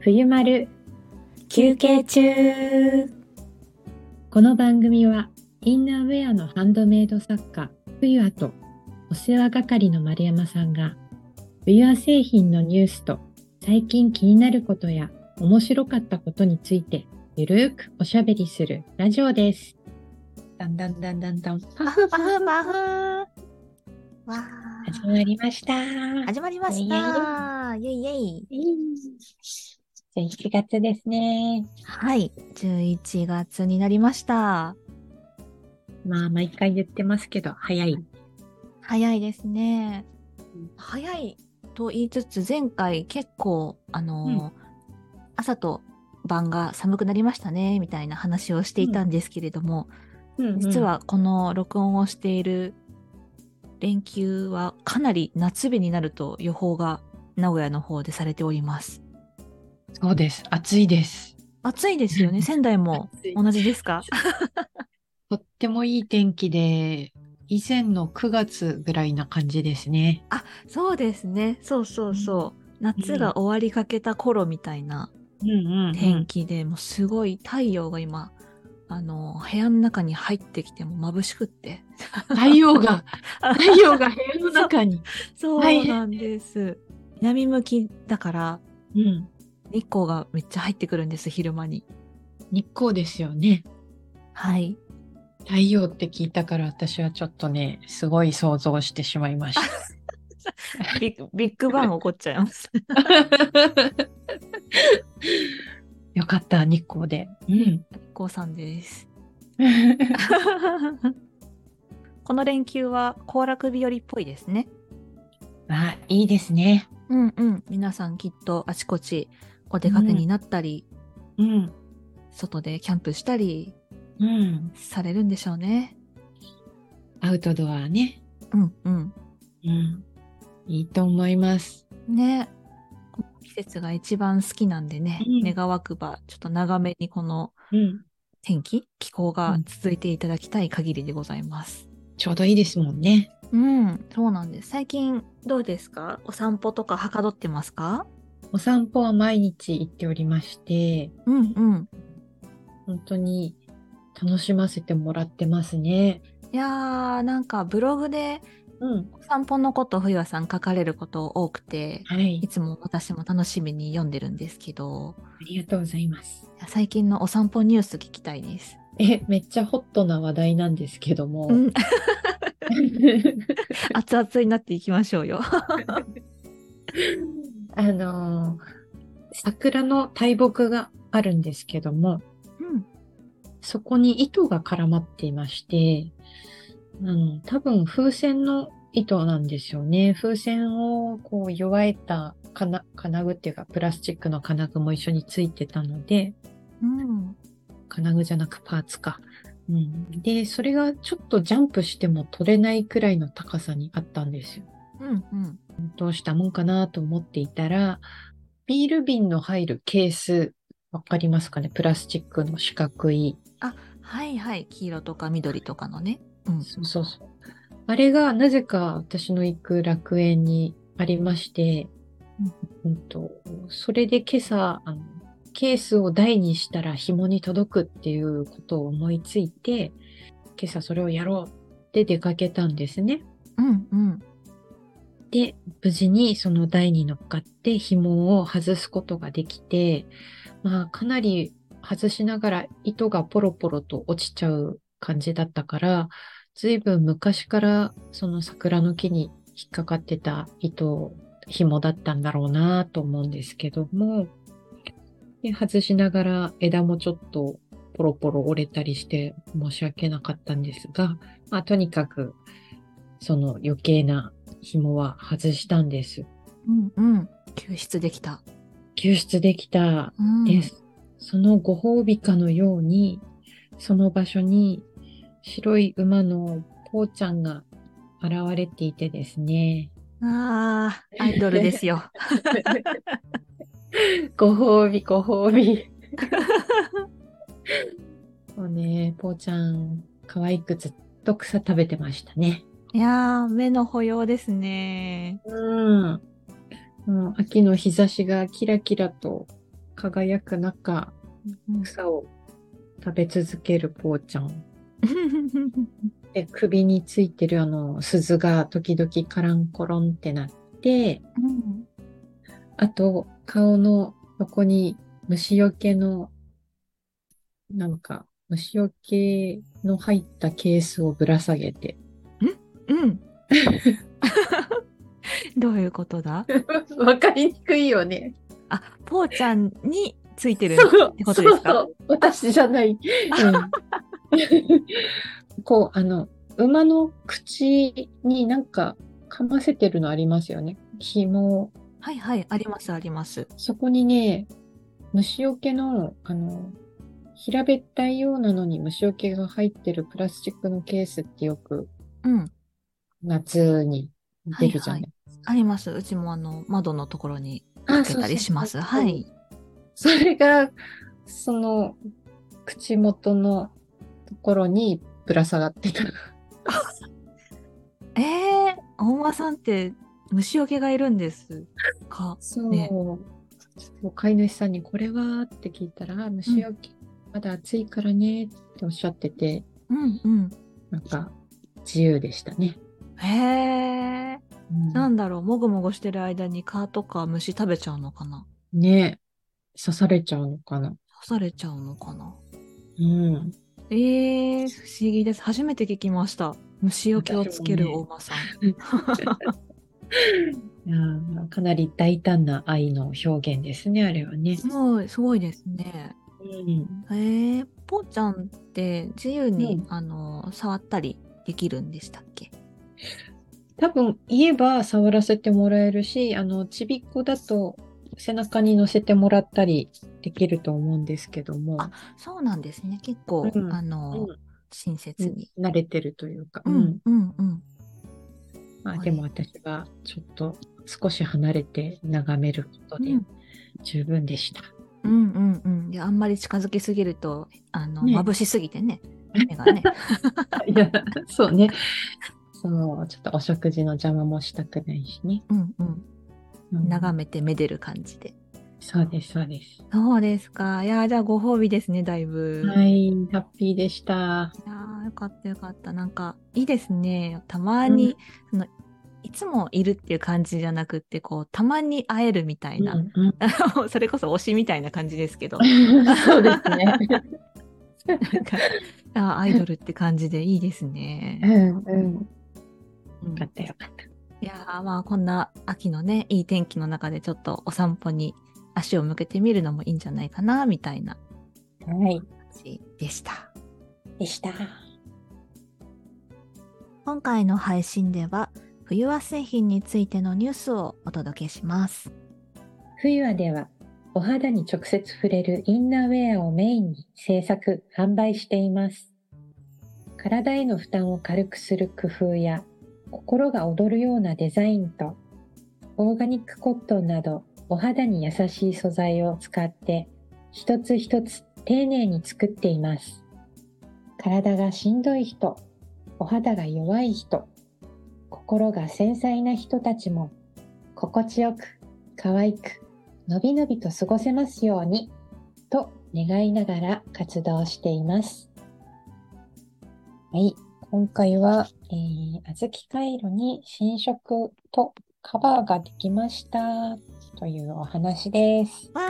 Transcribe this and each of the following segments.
冬丸休憩中この番組はインナーウェアのハンドメイド作家冬あとお世話係の丸山さんが冬は製品のニュースと最近気になることや面白かったことについてゆるーくおしゃべりするラジオです。だんだんだんだんだんパフパフパフわあ始まりました。始まりましたイェイイェイじゃあ1月ですね。はい11月になりましたまあ毎回言ってますけど早い。早いですねうん早いと言いつつ前回結構あのー朝と晩が寒くなりましたねみたいな話をしていたんですけれども、実はこの録音をしている連休はかなり夏日になると予報が名古屋の方でされておりますそうです。暑いです。暑いです よね仙台も同じですかとってもいい天気で、以前の9月ぐらいな感じですね。そうですねそうそうそう夏が終わりかけた頃みたいなうんうん、天気で、もうすごい太陽が今あの部屋の中に入ってきても眩しくって太陽 が、太陽が部屋の中に。 そうなんです南向きだからうん。日光がめっちゃ入ってくるんです昼間に日光ですよね。はい太陽って聞いたから私はちょっとね、すごい想像してしまいました。ビッグビッグバン起こっちゃいます。 よかった、日光で。うん。こうさんです。 この連休は行楽日和っぽいですね。 あ、いいですね。うんうん。皆さんきっとあちこちお出かけになったり、うん。外でキャンプしたりうん。されるんでしょうね。アウトドアね。うんうん。うん。いいと思います。ね。この季節が一番好きなんでね、うん願わくばちょっと長めにこのうん。天気気候が続いていただきたい限りでございます。ちょうどいいですもんね。うん、そうなんです。最近どうですかお散歩とかはかどってますかお散歩は毎日行っておりまして、うんうん。本当に楽しませてもらってますね。いやー、なんかブログでうん。お散歩のこと冬和さん書かれること多くて、はいい。つも私も楽しみに読んでるんですけど、ありがとうございます。いや最近のお散歩ニュース聞きたいです。え、めっちゃホットな話題なんですけども。うん、熱々になっていきましょ うよ。 あのー桜の大木があるんですけども、うん。そこに糸が絡まっていまして、あの、多分風船の糸なんですよね。風船をこう弱えた金金具っていうかプラスチックの金具も一緒についてたので、うん。金具じゃなくパーツか。うん、で、それがちょっとジャンプしても取れないくらいの高さにあったんですよ。うんうん。どうしたもんかなと思っていたら、ビール瓶の入るケース、わかりますかねプラスチックの四角い。はいはい。黄色とか緑とかのね。うん。そうそうそう。あれがなぜか私の行く楽園にありまして、うんと、それで今朝あの、ケースを台にしたら紐に届くっていうことを思いついて、今朝それをやろうって出かけたんですね。うんうん。で、無事にその台に乗っかって紐を外すことができて、まあかなり外しながら糸がポロポロと落ちちゃう感じだったから、ずいぶん昔からその桜の木に引っかかってた糸、紐だったんだろうなと思うんですけども、で外しながら枝もちょっとポロポロ折れたりして申し訳なかったんですが、まあとにかくその余計な紐は外したんです。うんうん。救出できた。救出できたうんです。そのご褒美かのように、その場所に白い馬のポーちゃんが現れていてですね、ああ、アイドルで すよ。ご褒美、ご褒美。もうね、ポーちゃん、可愛くずっと草食べてましたね。いやー、目の保養ですね。うん。もう秋の日差しがキラキラと輝く中、草を食べ続けるぽーちゃん。で、首についてるあの鈴が時々カランコロンってなって、あと顔の横に虫よけの、なんか虫よけの入ったケースをぶら下げて、うん。どういうことだ わかりにくいよね。あ、ぽーちゃんについてるそうってことですかそうそう私じゃない。 うんこう、あの、馬の口になんか噛ませてるのありますよね。紐をはいはい、ありますあります。そこにね、虫除けの、あの、平べったいようなのに虫除けが入ってるプラスチックのケースってよくうん、夏に出るじゃないですか。あります。うちもあの、窓のところにあかけたりします。は。い。そうそうそうそれが、その、口元のところにぶら下がってた。えー、お馬さんって虫よけがいるんですかそう。ねそう飼い主さんにこれはって聞いたら、あ虫除け、まだ暑いからねっておっしゃってて、うんうん。なんか自由でしたね。へえ、なんんだろう、もぐもぐしてる間に蚊とか虫食べちゃうのかなね刺されちゃうのかな。刺されちゃうのかなうん。えー、不思議です。初めて聞きました。虫よけをつけるお馬さん。いやーかなり大胆な愛の表現ですね、あれはね。もうすごいですね。うん。えー、ぽーちゃんって自由に、うんあの触ったりできるんでしたっけ多分、言えば触らせてもらえるし、あの、ちびっこだと背中に乗せてもらったりできると思うんですけども、あそうなんですね。結構、うんあの、うん親切に。慣れてるというか。うん、うん、うん。まあ、でも私はちょっと少し離れて眺めることでうん十分でした。うんうんうん。で、あんまり近づきすぎると、あの、ね眩しすぎてね、目が ね。 いや、そうね。そう、ちょっとお食事の邪魔もしたくないしね。うんうん。うん眺めてめでる感じで。そうです、そうです。そうですか。いやー、じゃあご褒美ですね、だいぶ。はいい、ハッピーでした。やーよかったよかった。なんか、いいですね。たまに、その、いつもいるっていう感じじゃなくって、こう、たまに会えるみたいな。うんうん それこそ推しみたいな感じです けど。 そうですね。なんか、あーアイドルって感じでいいで すうね。んうん。ようんかったよかった。いやーまあこんな秋のねいい天気の中でちょっとお散歩に足を向けてみるのもいいんじゃないかなみたいなはい、感じでしたでした。今回の配信では冬は製品についてのニュースをお届けします冬はでは、お肌に直接触れるインナーウェアをメインに制作、販売しています。体への負担を軽くする工夫や、心が躍るようなデザインと、オーガニックコットンなど、お肌に優しい素材を使って、一つ一つ丁寧に作っています。体がしんどい人、お肌が弱い人、心が繊細な人たちも、心地よく、可愛く、のびのびと過ごせますように、と願いながら活動しています。はい。今回は、えー、あずき回路に新色とカバーができました。というお話です。わ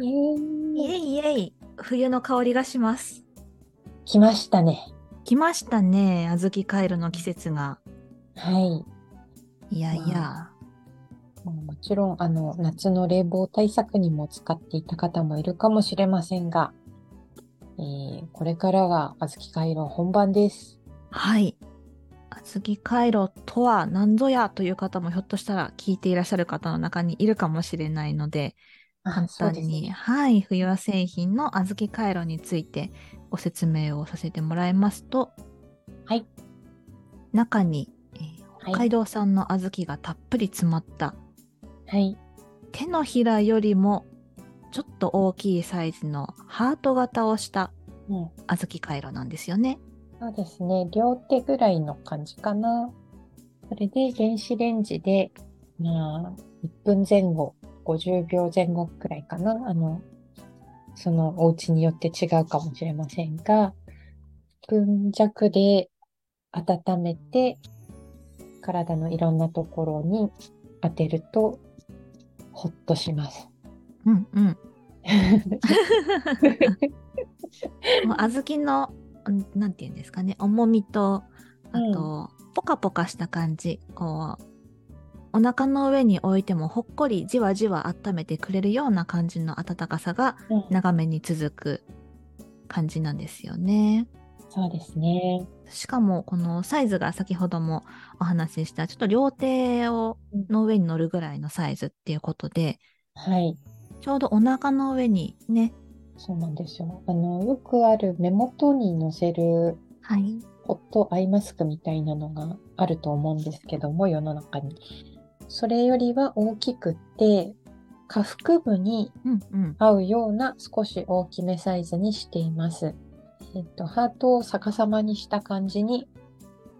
ーイエーイイエイイエイ冬の香りがします来ましたね。来ましたね小豆カエルの季節がはい。いやいやもうもちろん、あの、夏の冷房対策にも使っていた方もいるかもしれませんが、えーこれからが小豆回路本番です。はい小豆カエルとは何ぞやという方もひょっとしたら聞いていらっしゃる方の中にいるかもしれないので簡単に、はい、冬は製品の小豆回路についてご説明をさせてもらいますと、はい、中に、えーはい北海道産の小豆がたっぷり詰まった、はい。手のひらよりもちょっと大きいサイズのハート型をしたうん小豆回路なんですよね。そうですね。両手ぐらいの感じかな。それで電子レンジで、まあ、1分前後、50秒前後くらいかな。あの、そのお家によって違うかもしれませんが、1分弱で温めて、体のいろんなところに当てると、ほっとします。うんうん。もう小豆のうんなんていうんですかね重みとあと、ポカポカした感じこうお腹の上に置いてもほっこりじわじわ温めてくれるような感じの温かさがうん長めに続く感じなんですよね。 そうですね。しかもこのサイズが先ほどもお話ししたちょっと両手をの上に乗るぐらいのサイズっていうことではい。ちょうどお腹の上にねそうなんですよ。あの、よくある目元にのせるはいホットアイマスクみたいなのがあると思うんですけども、世の中に。それよりは大きくって、下腹部にうんうん合うような少し大きめサイズにしています。えっと、ハートを逆さまにした感じに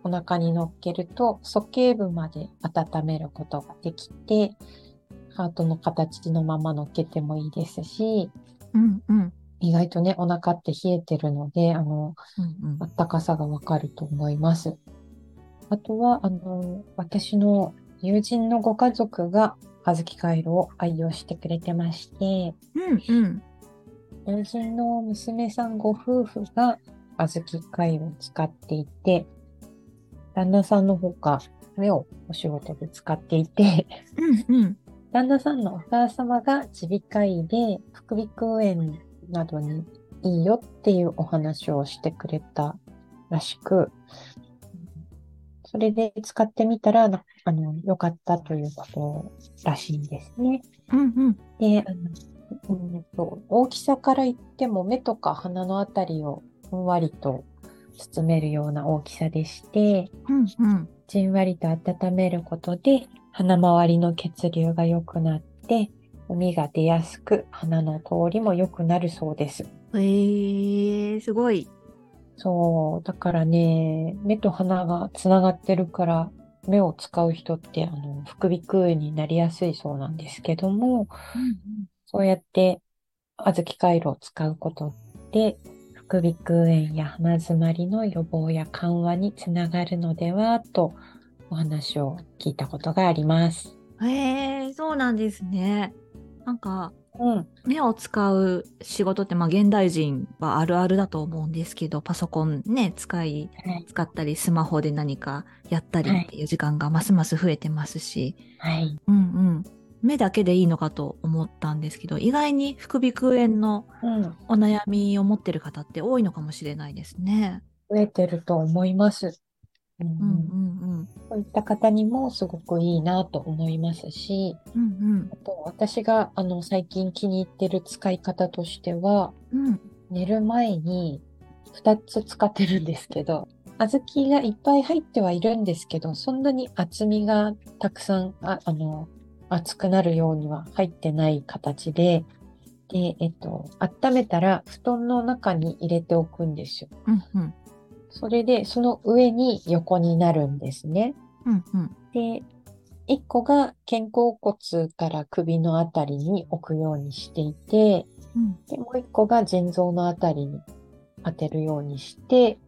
お腹に乗っけると、鼠径部まで温めることができて、ハートの形のまま乗っけてもいいですし、うんうん意外とね、お腹って冷えてるので、あの、うんうんあったかさがわかると思います。あとは、あの、私の友人のご家族が、小豆カイロを愛用してくれてまして、うんうん友人の娘さんご夫婦が小豆カイロを使っていて、旦那さんの方が、それをお仕事で使っていて、うんうん旦那さんのお母様が耳鼻科医で、副鼻腔炎などにいいよっていうお話をしてくれたらしく、それで使ってみたら、なあの、良かったということらしいんですね。うんうんで、あのうんと大きさから言っても目とか鼻のあたりをふんわりと包めるような大きさでして、うんうんじんわりと温めることで鼻周りの血流が良くなって海が出やすく鼻の通りも良くなるそうです。えー、すごい。そう、だからね、目と鼻がつながってるから目を使う人ってあの副鼻腔炎になりやすいそうなんですけども、そうやって小豆回路を使うことで副鼻腔炎や鼻詰まりの予防や緩和につながるのではとお話を聞いたことがあります。えー、そうなんですね。なんかうん、目を使う仕事って、まあ、現代人はあるあるだと思うんですけどパソコンね使いはい、使ったりスマホで何かやったりはいっていう時間がますます増えてますし、はい、うんうん、目だけでいいのかと思ったんですけど意外に副鼻腔炎のうん、お悩みを持ってる方って多いのかもしれないですね。増えてると思います。うんうんうんそういった方にもすごくいいなと思いますし、うんうんあと私があの最近気に入ってる使い方としては、うんうん寝る前に2つ使ってるんですけど、小豆がいっぱい入ってはいるんですけど、そんなに厚みがたくさん、ああの、厚くなるようには入ってない形で、で、えっと、温めたら布団の中に入れておくんですよ。うんうんそれで、その上に横になるんですね。うんうんで、1個が肩甲骨から首のあたりに置くようにしていて、うんでもう1個が腎臓のあたりに当てるようにして、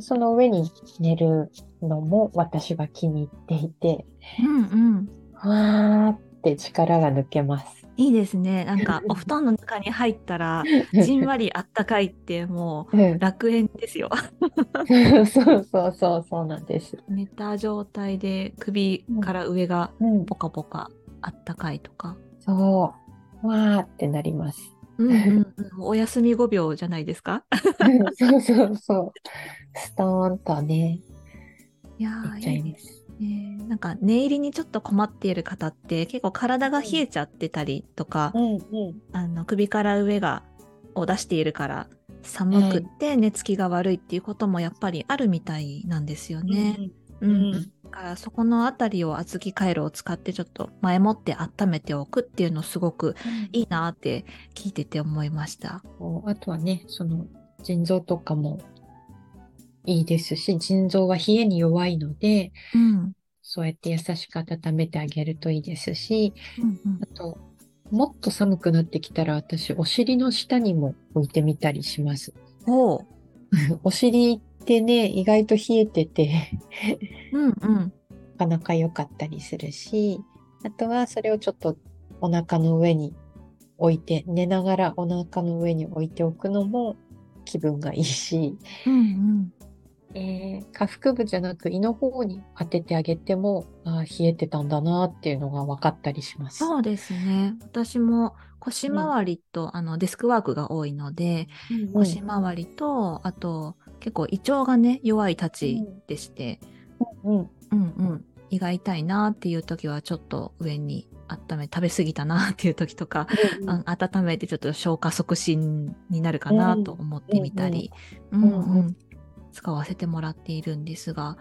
その上に寝るのも私は気に入っていて、うんうんわーって力が抜けます。いいですね。なんかお布団の中に入ったらじんわりあったかいっても ううん楽園ですよ。そうそうそうそうなんです。寝た状態で首から上がうん、ポカポカあったかいとか。そう。わーってなります。うんうんうん、お休み5秒じゃないですか。 そうそうそう。ストーンとね、いやいっちゃーいいいでますす。ね。なんか寝入りにちょっと困っている方って結構体が冷えちゃってたりとか、うんうん。あの首から上がを出しているから寒くって寝つきが悪いっていうこともやっぱりあるみたいなんですよね。ううんんうん。だからそこのあたりを厚木回路を使ってちょっと前もって温めておくっていうのすごくいいなって聞いてて思いました。こうあとはね、その腎臓とかもいいですし、腎臓は冷えに弱いので、うん。そうやって優しく温めてあげるといいですし、うんうんあと、もっと寒くなってきたら私、お尻の下にも置いてみたりします。おう。お尻ってね、意外と冷えてて、うんうん。なかなか良かったりするし、あとはそれをちょっとお腹の上に置いて、寝ながらお腹の上に置いておくのも気分がいいし、うんえー下腹部じゃなく胃の方に当ててあげても、あー冷えてたんだなっていうのが分かったりします。そうですね。私も腰回りと、あのデスクワークが多いので、腰回りと、あと結構胃腸がね、弱いたちでして、うんうんうんうん、胃が痛いなっていう時はちょっと上に温め食べ過ぎたなっていう時とか、うんあ温めてちょっと消化促進になるかなと思ってみたり、うんんううんん使わせてもらっているんですがう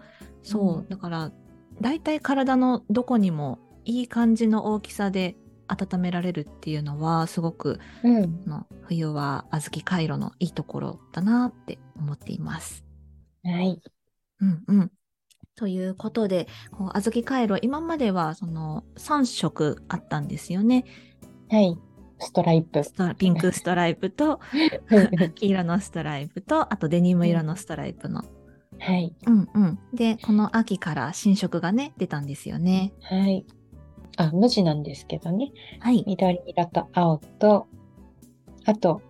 そうんだから大体体のどこにもいい感じの大きさで温められるっていうのはすごくうんこの冬は小豆カイロのいいところだなって思っています。はい。うんうん。ということで、こう小豆カイロ、今まではその3色あったんですよね。はい。ストライ プ。ストラピンクストライプと、黄色のストライプと、あとデニム色のストライプの。はい。うんうん。で、この秋から新色がね、出たんですよね。はい。あ、無地なんですけどね。はい。緑色と青と、あと、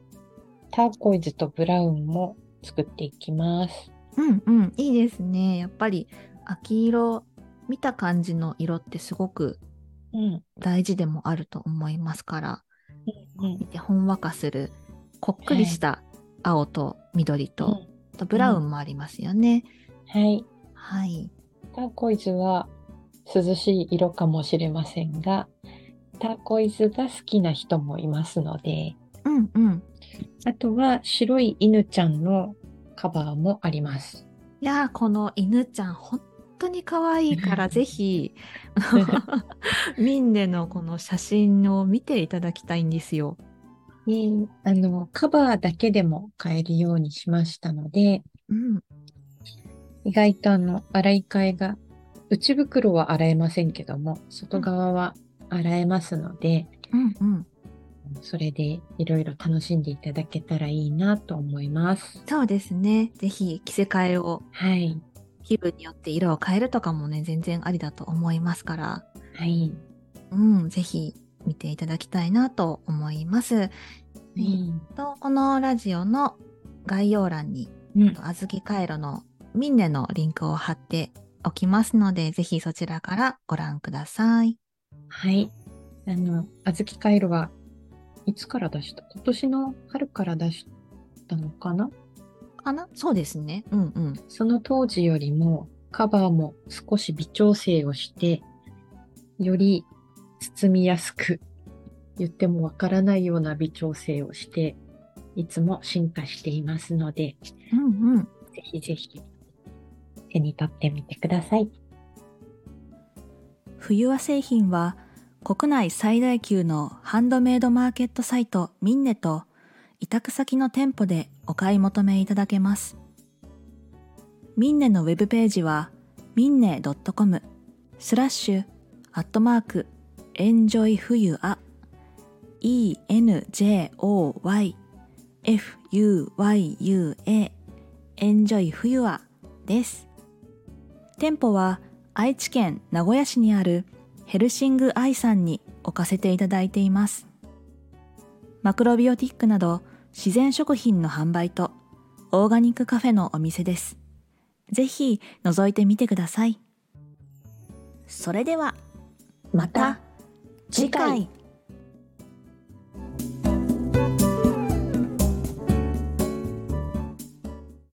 ターコイズとブラウンも作っていきます。うんうん。いいですね。やっぱり秋色、見た感じの色ってすごくうん。大事でもあると思いますから、うん。でほんわかする、こっくりした青と緑と、あとブラウンもありますよね。はい。はい。ターコイズは涼しい色かもしれませんが、ターコイズが好きな人もいますので、うんうん。あとは白い犬ちゃんのカバーもあり ます。いやーこの犬ちゃん本当に可愛い からぜひミンネのこの写真を見ていただきたいんですよ。あの、カバーだけでも買えるようにしましたので、うん。意外とあの洗い替えが内袋は洗えませんけども外側は洗えますので、うんうん。それでいろいろ楽しんでいただけたらいいなと思います。そうですね。ぜひ着せ替えをはい。気分によって色を変えるとかもね全然ありだと思いますから。はい。うん。ぜひ見ていただきたいなと思います。うん。とこのラジオの概要欄にうん。あずき回路のミンネのリンクを貼っておきますので、ぜひそちらからご覧ください。はい。あの、あずきカエルはいつから出した今年の春から出したのかなかなそうですね。うんうん。その当時よりもカバーも少し微調整をして、より包みやすく、言ってもわからないような微調整をして、いつも進化していますので、うんうん。ぜひぜひ手に取ってみてください。冬和製品は、国内最大級のハンドメイドマーケットサイトミンネと、委託先の店舗でお買い求めいただけます。ミンネのウェブページは、minne.com スラッシュ、アットマーク、エンジョイ冬あ、enjoy, fuyua, エンジョイ冬あです。店舗は愛知県名古屋市にあるヘルシングアイさんに置かせていただいています。マクロビオティックなど自然食品の販売とオーガニックカフェのお店です。ぜひ覗いてみてください。それでは、また次回